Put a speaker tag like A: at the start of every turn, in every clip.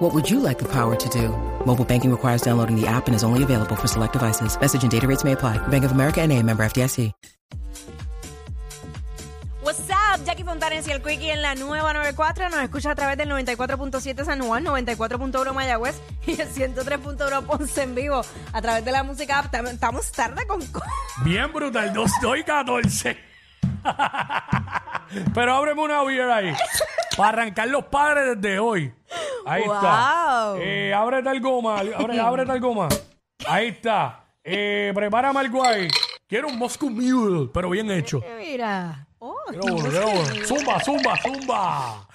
A: What would you like the power to do? Mobile banking requires downloading the app and is only available for select devices. Message and data rates may apply. Bank of America and a member FDIC.
B: What's up, Jackie Fontanes y el Quickie en la nueva 94. Nos escucha a través del 94.7 San Juan, 94.1 Mayagüez y el 103.1 Ponce en vivo. A través de la música app. Tam- Estamos tarde con. co-
C: Bien brutal, 2 y 14. Pero ábreme una beer ahí. Para arrancar los padres desde hoy. Ahí está.
B: Wow.
C: Eh, ábrete el goma. Abre, ábrete el goma. Ahí está. Eh, prepárame algo ahí. Quiero un Moscow Mule, pero bien hecho.
B: Mira. Oh,
C: Quiero uno, quiero uno. Zumba, zumba, zumba.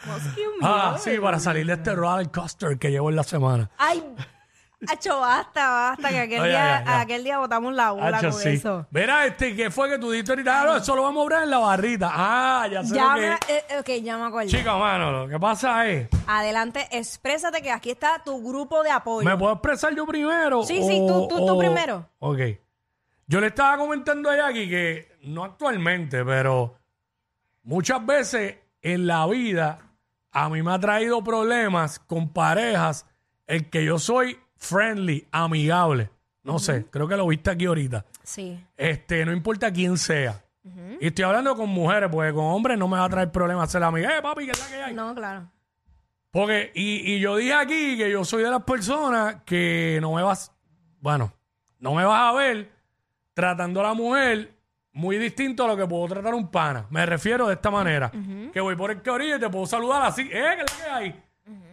C: Ah, sí, para salir de este roller coaster que llevo en la semana.
B: Ay, Hacho, basta, basta. Que aquel,
C: Ay,
B: día,
C: ay, ay, ay.
B: aquel día botamos la bola
C: Hacho,
B: con
C: sí.
B: eso.
C: Mira, este, ¿qué fue que tú dijiste ahorita? Ah, no, eso lo vamos a obrar en la barrita. Ah, ya sé
B: Ya
C: lo que
B: me,
C: es.
B: eh, ok, ya me acuerdo.
C: Chica, mano, lo que pasa es,
B: Adelante, exprésate que aquí está tu grupo de apoyo.
C: ¿me puedo expresar yo primero?
B: Sí, sí, tú- tú- tú
C: o-
B: primero.
C: Ok. Yo le estaba comentando a Jackie que, no actualmente, pero muchas veces en la vida a mí me ha traído problemas con parejas en que yo soy friendly, amigable. No sé, creo que lo viste aquí ahorita.
B: Sí.
C: Este, no importa quién sea. Y estoy hablando con mujeres, porque con hombres no me va a traer problemas ser amiga. Eh, papi, ¿qué es la que hay?
B: No, claro.
C: Porque, y, y yo dije aquí que yo soy de las personas que no me vas, bueno, no me vas a ver tratando a la mujer muy distinto a lo que puedo tratar a un pana. Me refiero de esta manera. Que voy por el cabrillo y te puedo saludar así. ¡Eh, qué es la que hay!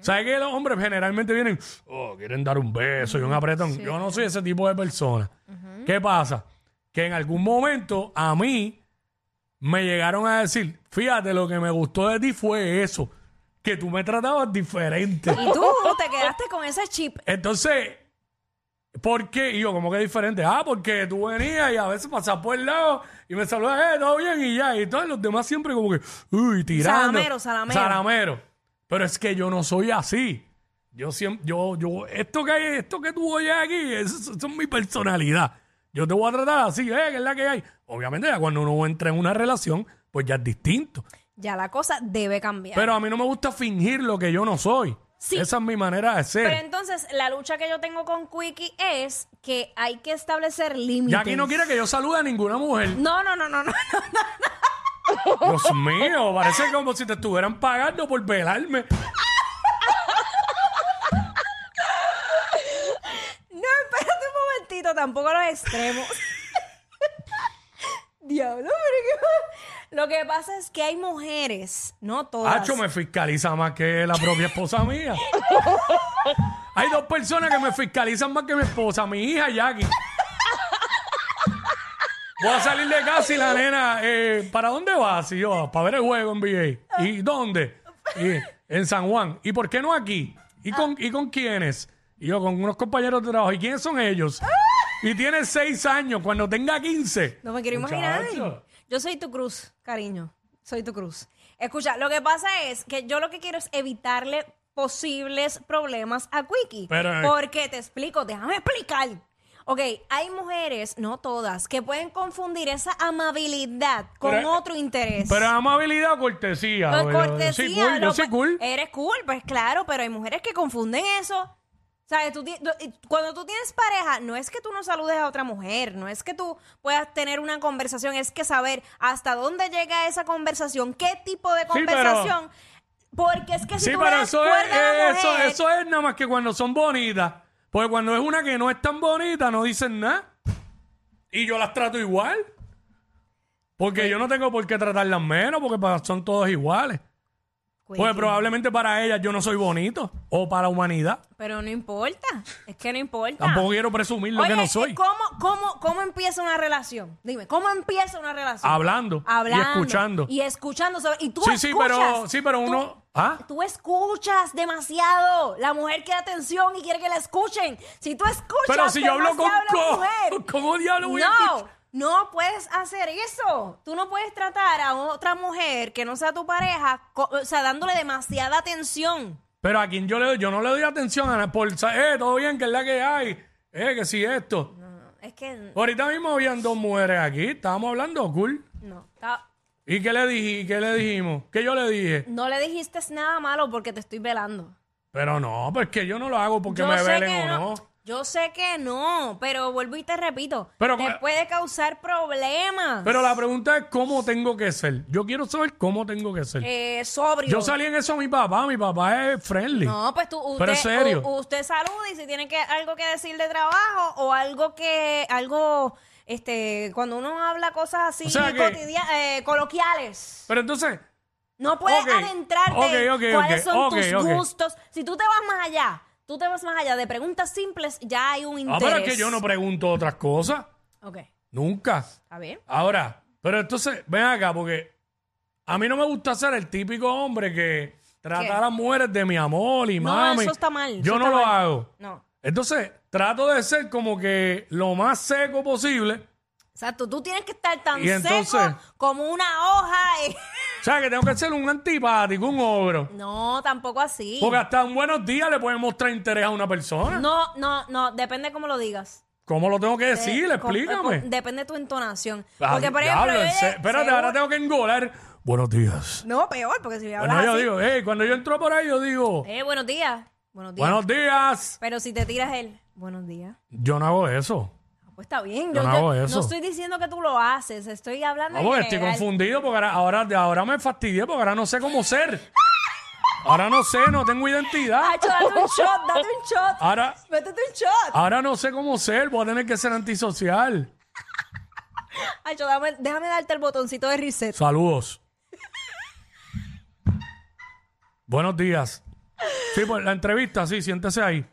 C: ¿Sabes que los hombres generalmente vienen, oh, quieren dar un beso y un apretón? Yo no soy ese tipo de persona. ¿Qué pasa? Que en algún momento a mí me llegaron a decir, fíjate, lo que me gustó de ti fue eso, que tú me tratabas diferente.
B: Y tú te quedaste con ese chip.
C: Entonces, ¿por qué? Y yo, ¿cómo que diferente? Ah, porque tú venías y a veces pasabas por el lado y me saludabas, eh, todo bien y ya. Y todos los demás siempre como que, uy, tirando.
B: Salamero, salamero.
C: Salamero. Pero es que yo no soy así. Yo siempre, yo, yo, esto que hay, esto que tú oyes aquí, eso, eso es mi personalidad. Yo te voy a tratar así, eh, que es la que hay. Obviamente, ya cuando uno entra en una relación, pues ya es distinto.
B: Ya la cosa debe cambiar.
C: Pero a mí no me gusta fingir lo que yo no soy.
B: Sí.
C: Esa es mi manera de ser.
B: Pero entonces, la lucha que yo tengo con Quickie es que hay que establecer límites.
C: Jackie no quiere que yo salude a ninguna mujer.
B: No, no, no, no, no.
C: Dios mío, parece como si te estuvieran pagando por velarme.
B: No, espérate un momentito, tampoco a los extremos. Diablo, pero qué... Lo que pasa es que hay mujeres, no todas.
C: Hacho me fiscaliza más que la propia esposa mía. Hay dos personas que me fiscalizan más que mi esposa, mi hija Jackie. Voy a salir de casa y la nena, eh, ¿para dónde vas? Y yo, para ver el juego en VA. ¿Y dónde? Y, en San Juan. ¿Y por qué no aquí? ¿Y con, ¿Y con quiénes? Y yo, con unos compañeros de trabajo. ¿Y quiénes son ellos? Y tiene seis años, cuando tenga 15.
B: No me quiero imaginar.
C: Muchacho.
B: Yo soy tu cruz, cariño. Soy tu cruz. Escucha, lo que pasa es que yo lo que quiero es evitarle posibles problemas a Quickie.
C: Pero, eh.
B: porque te explico, déjame explicar. Ok, hay mujeres, no todas, que pueden confundir esa amabilidad con
C: Pero, eh,
B: otro interés.
C: Pero amabilidad o cortesía.
B: Pues,
C: Yo-
B: cortesía,
C: Yo soy cool, yo
B: no,
C: soy
B: pues,
C: cool.
B: Eres cool, pues claro, pero hay mujeres que confunden eso. ¿Sabes? Tú, ti- tú- y cuando tú tienes pareja, no es que tú no saludes a otra mujer, no es que tú puedas tener una conversación, es que saber hasta dónde llega esa conversación, qué tipo de
C: pero-
B: conversación. porque es que si
C: Sí,
B: tú le
C: pero
B: das
C: eso es, eh,
B: cuerda a la
C: eso,
B: mujer-
C: eso es nada más que cuando son bonitas. Porque cuando es una que no es tan bonita, no dicen nada. Y yo las trato igual. Porque
B: Pues
C: yo no tengo por qué tratarlas menos, porque pa- son todas iguales. Pues
B: Quickie,
C: probablemente para ellas yo no soy bonito. O para la humanidad.
B: Pero no importa, es que no importa.
C: Tampoco quiero presumir lo
B: Ah. Oye,
C: que no
B: ¿y
C: soy.
B: ¿cómo, cómo, ¿Cómo empieza una relación? Dime, ¿cómo empieza una relación?
C: Hablando,
B: hablando
C: y escuchando.
B: y escuchando sobre- y tú
C: sí,
B: escuchas
C: sí, pero, sí, pero
B: tú-
C: uno. ¿Ah?
B: tú, escuchas demasiado la mujer quiere atención y quiere que la escuchen si tú escuchas
C: Pero si yo hablo con
B: demasiado a la
C: co-
B: mujer,
C: ¿cómo diablo voy a
B: no
C: escuchar?
B: No puedes hacer eso. Tú no puedes tratar a otra mujer que no sea tu pareja, co- o sea, dándole demasiada atención.
C: Pero a quien yo le doy, yo no le doy atención a na- por, sa- eh, todo bien, que es la que hay, eh, que sí esto.
B: No, es que
C: Ahorita mismo habían dos mujeres aquí, estábamos hablando, cool.
B: no. ta-
C: ¿Y qué le dije? ¿Y qué le dijimos? ¿Qué yo le dije?
B: No le dijiste nada malo porque te estoy velando.
C: Pero no, pues que yo no lo hago porque me velen o no.
B: Yo sé que no, pero vuelvo y te repito.
C: Pero
B: te
C: con-
B: puede causar problemas.
C: Pero la pregunta es cómo tengo que ser. Yo quiero saber cómo tengo que ser.
B: Eh, sobrio.
C: Yo salí en eso a mi papá, mi papá es friendly.
B: No, pues tú, usted,
C: Pero es serio.
B: u- usted saluda y si tiene que, algo que decir de trabajo o algo que, algo, este, cuando uno habla cosas así
C: O sea que-
B: cotidia- eh, coloquiales.
C: Pero entonces,
B: No puedes
C: Ok,
B: adentrarte en
C: ok, ok,
B: cuáles
C: ok,
B: son
C: ok,
B: tus
C: ok.
B: gustos. Si tú te vas más allá, tú te vas más allá de preguntas simples, ya hay un
C: ah,
B: interés.
C: pero es que yo no pregunto otras cosas.
B: Ok,
C: Nunca.
B: está bien.
C: Ahora, pero entonces, ven acá, porque a mí no me gusta ser el típico hombre que trata
B: ¿Qué?
C: a las mujeres de mi amor y
B: No,
C: mami.
B: eso está mal,
C: Yo
B: eso
C: no
B: está
C: lo
B: mal.
C: hago.
B: No.
C: Entonces, trato de ser como que lo más seco posible.
B: Exacto, tú tienes que estar tan
C: Y entonces-
B: seco como una hoja. eh.
C: O sea, que tengo que ser un antipático, un ogro.
B: No, tampoco así.
C: Porque hasta un buenos días le pueden mostrar interés a una persona.
B: No, no, no, depende cómo lo digas.
C: ¿Cómo lo tengo que
B: Eh,
C: decir?
B: con-
C: Explícame.
B: con- depende de tu entonación.
C: Ah,
B: Porque, por
C: diablo,
B: ejemplo, yo
C: en
B: llegué-
C: se- espérate,
B: seguro-
C: ahora tengo que engolar. Buenos días.
B: No, peor, porque si me hablas
C: Bueno, yo
B: así,
C: digo, hey, cuando yo entro por ahí, yo digo,
B: eh, buenos días, buenos días.
C: buenos días.
B: Pero si te tiras el, buenos días,
C: Yo no hago eso.
B: pues está bien.
C: Yo no hago eso.
B: estoy diciendo que tú lo haces, estoy hablando
C: No,
B: en
C: Ah, porque estoy
B: general.
C: confundido, porque ahora, ahora, ahora me fastidié, porque ahora no sé cómo ser. Ahora no sé, no tengo identidad.
B: Hacho, date un shot, date un shot.
C: Ahora,
B: Métete un shot.
C: ahora no sé cómo ser, voy a tener que ser antisocial.
B: Hacho, dame- déjame darte el botoncito de reset.
C: Saludos. Buenos días. Sí, pues la entrevista, sí, siéntese ahí.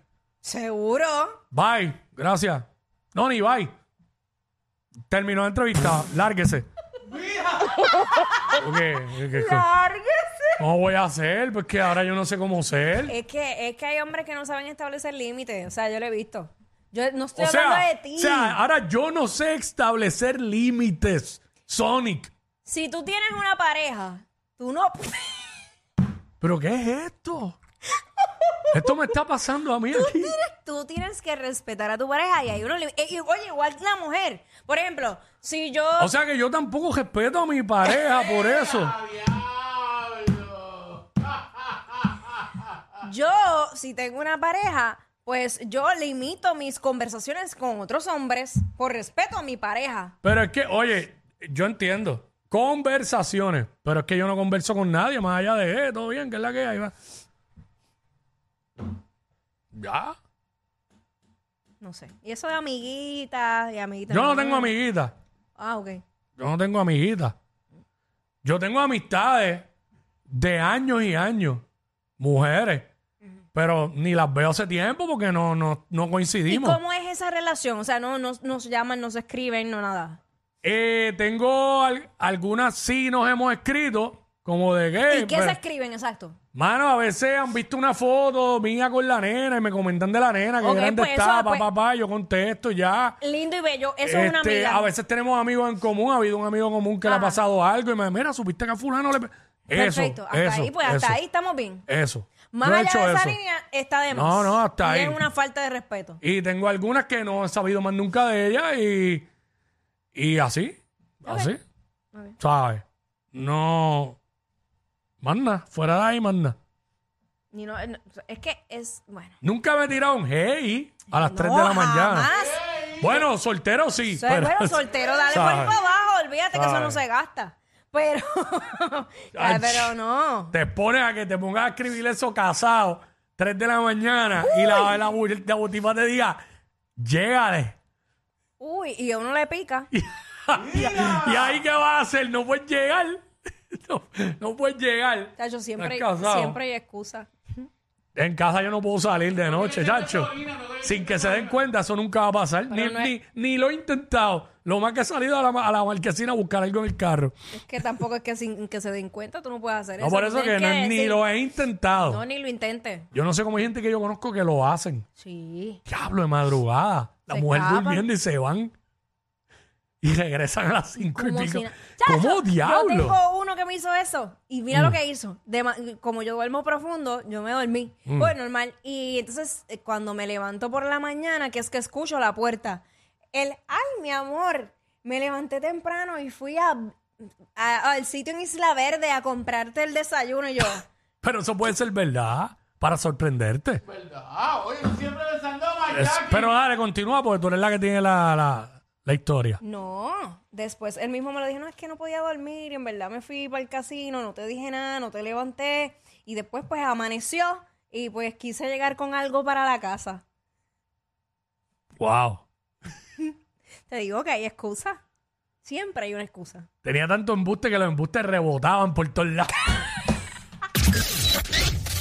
B: Seguro.
C: Bye, gracias. No, ni bye. Terminó la entrevista, lárguese. Porque, es que- es que-
B: Lárguese.
C: ¿Cómo voy a hacer? Pues que ahora yo no sé cómo ser.
B: Es que, es que hay hombres que no saben establecer límites. O sea, yo lo he visto. Yo no estoy
C: O
B: hablando
C: sea,
B: de ti.
C: o sea, ahora yo no sé establecer límites, Sonic.
B: si tú tienes una pareja, tú no. Tienes
C: ¿Pero qué es esto? Esto me está pasando a mí aquí.
B: Tú tienes que respetar a tu pareja y hay unos límites. Eh, y- Oye, igual que la mujer. Por ejemplo, si yo.
C: O sea que yo tampoco respeto a mi pareja por eso.
B: Yo, si tengo una pareja, pues yo limito mis conversaciones con otros hombres por respeto a mi pareja.
C: Pero es que, oye, yo entiendo. Conversaciones. Pero es que yo no converso con nadie más allá de, eh, todo bien, que es la que hay. va. Ya.
B: No sé. Y eso de amiguitas y amiguitas.
C: Yo no tengo amiguitas.
B: Ah, ok.
C: Yo no tengo amiguitas. Yo tengo amistades de años y años. Mujeres. Pero ni las veo hace tiempo porque no, no, no
B: ¿Y
C: coincidimos.
B: cómo es esa relación? O sea, no, no, no se llaman, no se escriben, no nada.
C: Eh, tengo al- algunas sí nos hemos escrito, como de gay.
B: ¿Y qué
C: pero-
B: se escriben, exacto?
C: Mano, a veces han visto una foto mía con la nena y me comentan de la nena, que
B: Ok,
C: grande
B: pues
C: está,
B: eso,
C: papá,
B: pues-
C: papá, yo contesto ya.
B: Lindo y bello, eso es una
C: Este,
B: amiga.
C: a veces tenemos amigos en común, ha habido un amigo en común que le ha
B: Ajá.
C: pasado algo y me dice, mira, supiste que a fulano le... pe-". Eso,
B: Perfecto, hasta
C: eso,
B: ahí, pues hasta
C: eso,
B: ahí estamos bien.
C: Eso.
B: Más
C: Yo he
B: allá
C: hecho
B: de esa
C: eso.
B: línea está de más.
C: No, no, hasta
B: y
C: ahí.
B: es una falta de respeto.
C: Y tengo algunas que no he sabido más nunca de ellas y... Y así, así,
B: Ok.
C: ¿sabes? No... Más nada, fuera de ahí, más nada.
B: Ni no- eh, no, es que es, bueno.
C: Nunca me he tirado un hey a las 3
B: No,
C: de la mañana.
B: jamás.
C: Bueno, soltero sí.
B: O sea, bueno, soltero, dale por ahí
C: ¿sabes?
B: para abajo, olvídate que eso no
C: ¿sabes?
B: se gasta. Pero,
C: Ay,
B: pero no.
C: Te pones a que te pongas a escribir eso casado, 3 de la mañana, y la, la, bu- la botifa te diga, llégale.
B: Uy, y a uno le pica.
C: y, y ahí qué vas a hacer, no puedes llegar. No, no puedes llegar.
B: Chacho, siempre,
C: Estás casado.
B: siempre hay excusa.
C: En casa yo no puedo salir de noche, chacho. Sin que se den cuenta, eso nunca va a pasar. Ni,
B: no es-
C: ni- ni lo he intentado. Lo más que he salido a la, ma- a la marquesina a buscar algo en el carro.
B: Es que tampoco es que sin que se den cuenta tú no puedes hacer
C: No,
B: eso.
C: por eso que
B: tienes
C: no- ni
B: decir-
C: lo he intentado.
B: No, ni lo intentes.
C: Yo no sé cómo hay gente que yo conozco que lo hacen.
B: Sí.
C: Diablo, de madrugada. La
B: Se
C: mujer
B: escapan.
C: durmiendo y se van. y regresan a las cinco y
B: Como
C: pico.
B: si na- Chacho,
C: ¿Cómo diablo? Mm.
B: Yo tengo uno que me hizo eso y mira lo que hizo. De ma- como yo duermo profundo, yo me dormí.
C: Mm.
B: Pues normal. Y entonces eh, cuando me levanto por la mañana, que es que escucho la puerta, el, ay, mi amor, me levanté temprano y fui a, a- al sitio en Isla Verde a comprarte el desayuno y yo.
C: Pero eso puede ser verdad para sorprenderte.
D: ¿Verdad? Oye, siempre besando a Mike
C: Es-
D: Jackie.
C: pero dale, continúa porque tú eres la que tiene la, la- la historia.
B: No, después él mismo me lo dijo, no, es que no podía dormir, y en verdad me fui para el casino, no te dije nada, no te levanté, y después pues amaneció y pues quise llegar con algo para la casa.
C: Wow.
B: Te digo que hay excusa, siempre hay una excusa.
C: Tenía tanto embuste que los embustes rebotaban por todos lados.